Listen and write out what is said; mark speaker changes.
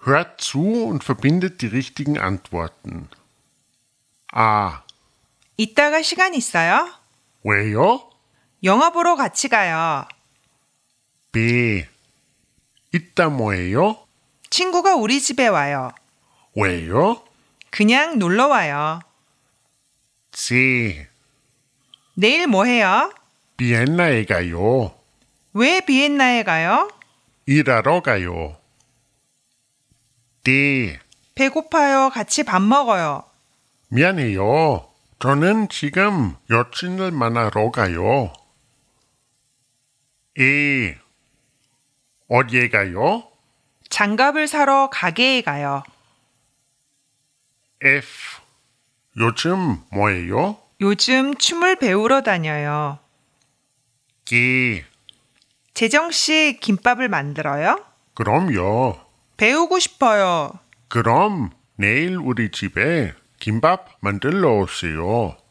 Speaker 1: Hört zu und verbindet die richtigen Antworten. 아,
Speaker 2: 이따가 시간 있어요?
Speaker 1: 왜요?
Speaker 2: 영화 보러 같이 가요.
Speaker 1: B, 이따 뭐예요?
Speaker 2: 친구가 우리 집에 와요.
Speaker 1: 왜요?
Speaker 2: 그냥 놀러 와요.
Speaker 1: C,
Speaker 2: 내일 뭐 해요?
Speaker 1: 비엔나에 가요.
Speaker 2: 왜 비엔나에 가요?
Speaker 1: 일하러 가요. D,
Speaker 2: 배고파요. 같이 밥 먹어요.
Speaker 1: 미안해요. 저는 지금 여친을 만나러 가요. E, 어디에 가요?
Speaker 2: 장갑을 사러 가게에 가요.
Speaker 1: F, 요즘 뭐예요?
Speaker 2: 요즘 춤을 배우러 다녀요.
Speaker 1: G,
Speaker 2: 재정 씨 김밥을 만들어요?
Speaker 1: 그럼요.
Speaker 2: 배우고 싶어요.
Speaker 1: 그럼 내일 우리 집에 김밥 만들러 오세요.